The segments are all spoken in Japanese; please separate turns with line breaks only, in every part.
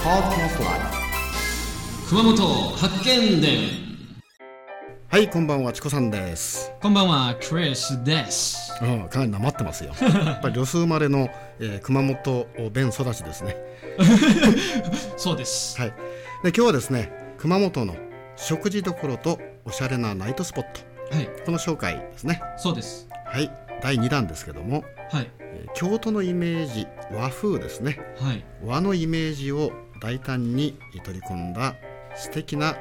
Podcast Live
熊本発見伝
はいこんばんはチコさんです
こんばんはクリスです
うんかなりなまってますよやっぱり旅数生まれの、えー熊本弁育ちですね
そうです
はいで今日はですね熊本の食事どころとおしゃれなナイトスポット
はい
この紹介ですね
そうです
はい第2弾ですけども、
はい
えー京都のイメージ和風ですね
はい
和のイメージを大胆に取り込んだ素敵な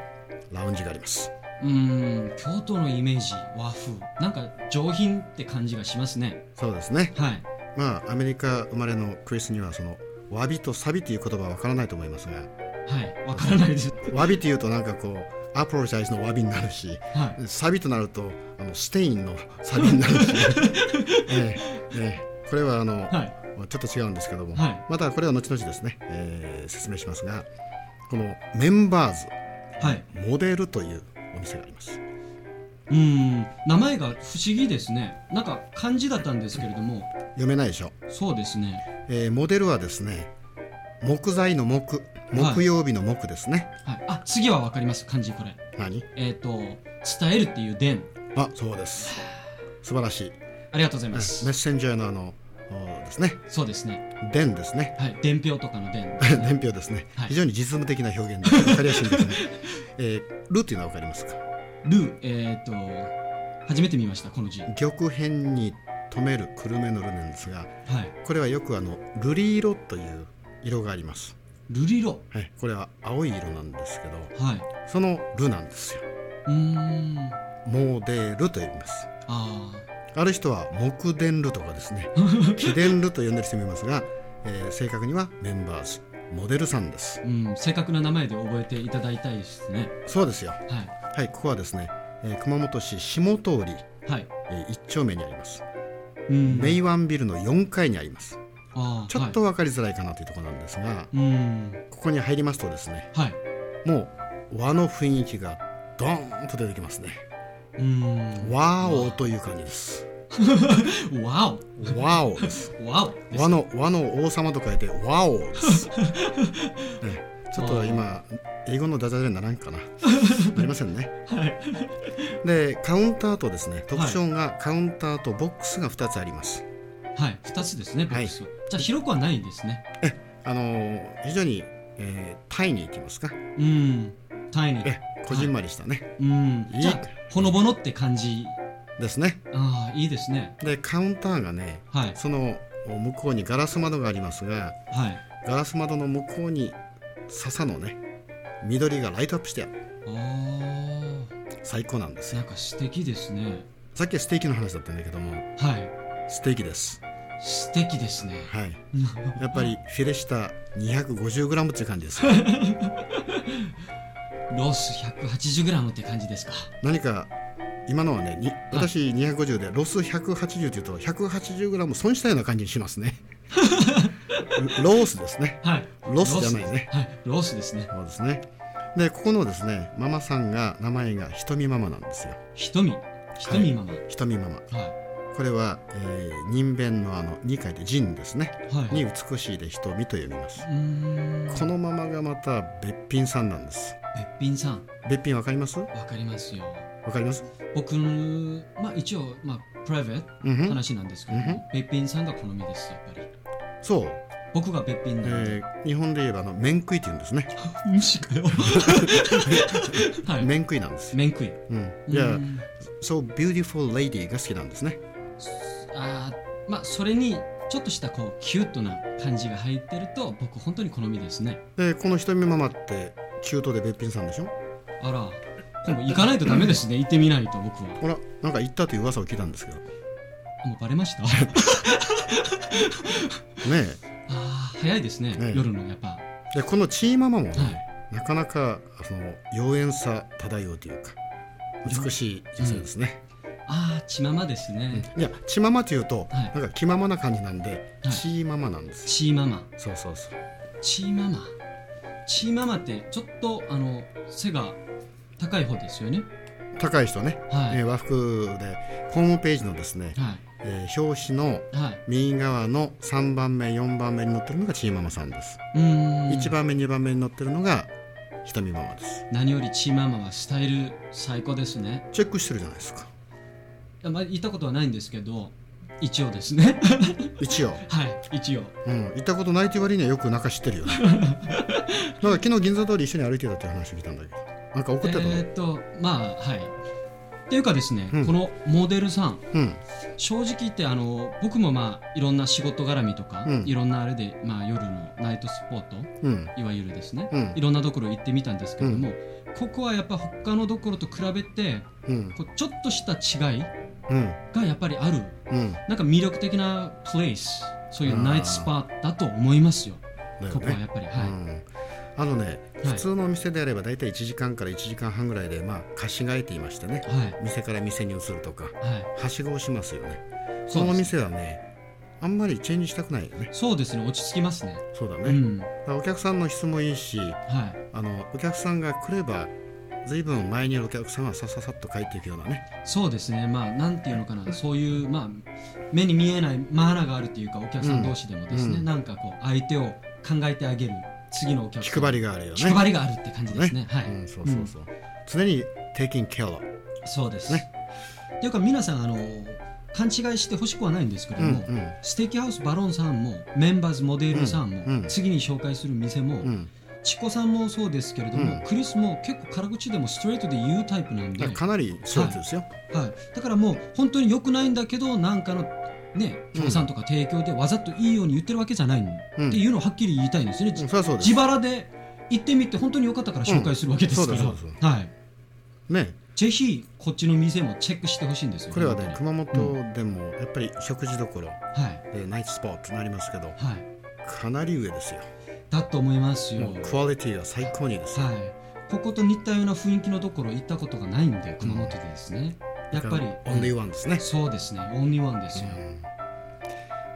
ラウンジがあります
うーん京都のイメージ和風なんか上品って感じがしますね
そうですね
はい
まあアメリカ生まれのクリスにはそのわびとサビという言葉はわからないと思いますが
はいわからないです
わびっていうとなんかこうアプローチャイズのわびになるし
はい
サビとなるとあのステインのサビになる し、ええええこれはあの、
はい
ちょっと違うんですけども、
はい
またこれは後々ですね、えー説明しますがこのメンバー
はい
ズモデルというお店があります
うーん名前が不思議ですねなんか漢字だったんですけれども
読めないでしょ、
そうですね
えーモデルはですね木材の木木曜日の木ですね、
はいあ次はわかります漢字これ
何
えっ、と伝えるっていう伝
あそうです素晴らしい
ありがとうござい
メッ
ます、
センジャーのあのおですね
そうですね
伝ですね
はい伝票とかの伝
伝票ですね、
はい
非常に実務的な表現で分かりやすいんですね、 えールというのは分かりますか
ルーえっ、と初めて見ましたこの字はい
玉片に留めるくるめのルなんですがこれはよくあの瑠璃色という色があります、
ルリロ
はい、これは青い色なんですけど
はい
そのルなんですよ
うーんあ
モデルと呼びます
あ
ある人は木伝ルとかです ね木伝ルと呼んでる人もいますが、えー正確にはメンバーズモデルさんです
うん正確な名前で覚えていただいたいですね
そうですよ
は
はい、ここはですね、えー熊本市下通り、
いはい
えー一丁目にあります。
うん
メイワンビルの4階にあります。
あー
ちょっと分かりづらいかなというところなんですが、
はい、うん
ここに入りますとですね、
はい
もう和の雰囲気がドーンと出てきますね。
うん
和王という感じです。
わ
和王です。
おわおです
和の和の王様と書いて和王 です。ねちょっと今英語のダジャレにならんかな。なりませんね。
はい
でカウンターとですね特徴がカウンターとボックスが2つあります。
はい二つですねボックス、じゃあ広くはないんですね
あのー非常に、えータイに行きますか。
うん単位に
え、こじんまりしたね。
うん
いい
じゃあほのぼのって感じ
ですね。
ああいいですね
で、カウンターがね、
はい
そのお向こうにガラス窓がありますが、
はい
ガラス窓の向こうに笹のね、緑がライトアップしてある
ああ
最高なんです
な
よ。
んか素敵ですね。
さっきはステーキの話だったんだけども、
はい。
ステーキです。
素敵ですね。
はい。やっぱりフィレした250グラムっていう感じです。
ロース 180g って感じですか。
何か今のはね、に私250でロス180というと180グラム損したような感じにし ますね。ロースですね。
はい。
ロスじゃないね。
はい。ロースですね。
そうですね。で、ここのですね、ママさんが名前がひとみママなんですよ。
瞳。瞳ママ。は
ひとみママ。
い。は
これは、えー人弁のあの、に書いて人ですね。
い。
に
う
美しいでひとみと読みます。
ーん。
このママがまたべっぴんさんなんです。
べっぴんさん。
べっぴんわかりますわ
わかりますよ。
かります
僕まあ一応、まあ、プライベート
うんふん
話なんですけど
うん
も、べっぴんさんが好みです、やっぱり。
そう、
僕がべっぴんなん で。
えー日本で言えばあの、麺食いって言うんですね。
うんしかよ。 はい。
麺食いなんですよ。
麺食い。
うん。いや
う、ん
そう、beautiful lady が好きなんですね。
あーまあそれにちょっとしたこうキュートな感じが入ってると僕本当に好みですね
で、このひとみママって、中東でべっぴんさんでしょ
あら今度行かないとダメですね行ってみないと僕は
ほら、なんか行ったという噂を聞いたんですけど。
あもうバレました
ね
あー早いですね、
ね
夜のやっぱ
えでこのチーママもね、
は
なかなかその妖艶さ漂うというか美しい女性ですね、
ああチママですね、
いやチママというと、
はい
なんか気ままな感じなんで、
はい
チーママなんですよ
チーママ
そうそうそう
チーママチーママってちょっとあの背が高い方ですよね
高い人ね、
はい、
えー和服でホームページのですね
はい
えー表紙の
はい
右側の3番目4番目に載ってるのがチーママさんです、
うーん
1番目2番目に載ってるのがひとみママです
何よりチーママはスタイル最高ですね
チェックしてるじゃないですか
いやまあ行ったことはないんですけど一応ですね
一応、
はい一応
うん、行ったことないという割にはよく中知ってるよ ねなんか昨日銀座通り一緒に歩いてたっていう話を聞いたんだけどなんか怒ってたの、
えーっとまあはいっていうかですね、
うん
このモデルさん
うん
正直言ってあの僕もまあいろんな仕事絡みとか、
うん
いろんなあれで、まあ、夜のナイトスポット
うん
いわゆるですね、
うん
いろんなところ行ってみたんですけれども、ここはやっぱ他のところと比べて
うん
こうちょっとした違い
うん
がやっぱりある
うん
なんか魅力的なプレイスそうい
あ
う
ー
ナイトスパだと思いますよ
だよ
ここは
ね
やっぱりはい、
うん、あのね
はい
普通のお店であれば大体1時間から1時間半ぐらいでまあ貸し替えていましてね
はい
店から店に移るとか
はい
はしごをしますよね
そ
こ
う
のお
ですね
店はねあんまりチェンジしたくないよね
そうですね落ち着きますね
そうだね、だ
う
か
ん
らお客さんの質もいいし
はい
あのお客さんが来れば随分前にいるお客さんはさささっと帰っていくようなね
そうですねまあなんていうのかなそういうまあ目に見えないマナーがあるっていうかお客さん同士でもですね、
うん
なんかこう相手を考えてあげる次のお客さん
気配りがあるよね
気配りがあるって感じですねはい、
うん、そうそうそう、常に taking care of
そうです。
ね
っていうか皆さんあの勘違いしてほしくはないんですけれ
う
ど
ん
も、ステーキハウスバロンさんもメンバーズモデルさんも、
うんうん
次に紹介する店も、
うんうん
チコさんもそうですけれど
う
も、
ん
クリスも結構辛口でもストレートで言うタイプなんで、
だから
はい、
かなりストレートですよ、
だからもう本当に良くないんだけどなんかのね
うん
協賛とか提供でわざといいように言ってるわけじゃないの、
うん
っていうのをはっきり言いたいんですよね、
うんそりゃそうです
自腹で行ってみて本当に良かったから紹介するわけですから、
うんそうだそう
はい
ね
ぜひこっちの店もチェックしてほしいんですよ。
これはね
本当に
熊本でもやっぱり食事どころ、
はい
えーナイトスポットになりますけど
はい
かなり上ですよ
だと思いますよ。
もうクオリティが最高にいいですよ、
はいここと似たような雰囲気のところ行ったことがないんで熊本でですね。やっぱり
オンリーワンですね、
そうですねオンリーワンですよ。
うん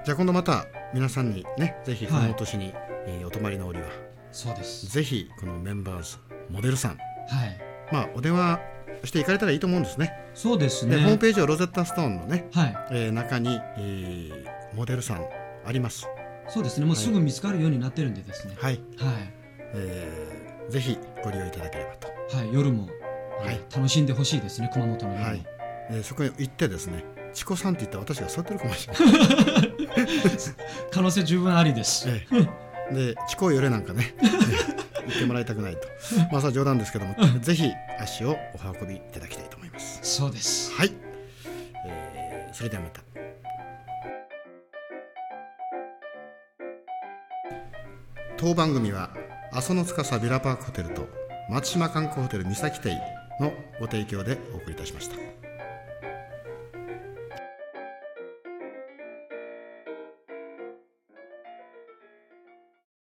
じゃあ今度また皆さんにねぜひ熊本市に、えーお泊まりの折は
そうです。
ぜひこのメンバーズモデルさん
はい
まあお電話して行かれたらいいと思うんですね
そうです
でホーム
ね。
ページはロゼッタストーンのね、
はい
えー中に、えーモデルさんあります
そうですねもうすぐ見つかるようになってるんでですね。
はい、
はい
えーぜひご利用いただければと、
はい夜もあの
はい
楽しんでほしいですね熊本の夜も。
はいえーそこに行ってですねチコさんって言ったら私が座ってるかもしれ
可能性十分ありです。
ない、えーでチコよれなんかねえー言ってもらいたくないとまあそれは冗談ですけどもぜひ足をお運びいただきたいと思います
そうです。
はい、えーそれではまた当番組は阿蘇の司ビラパークホテルと松島観光ホテル三崎亭のご提供でお送りいたしました。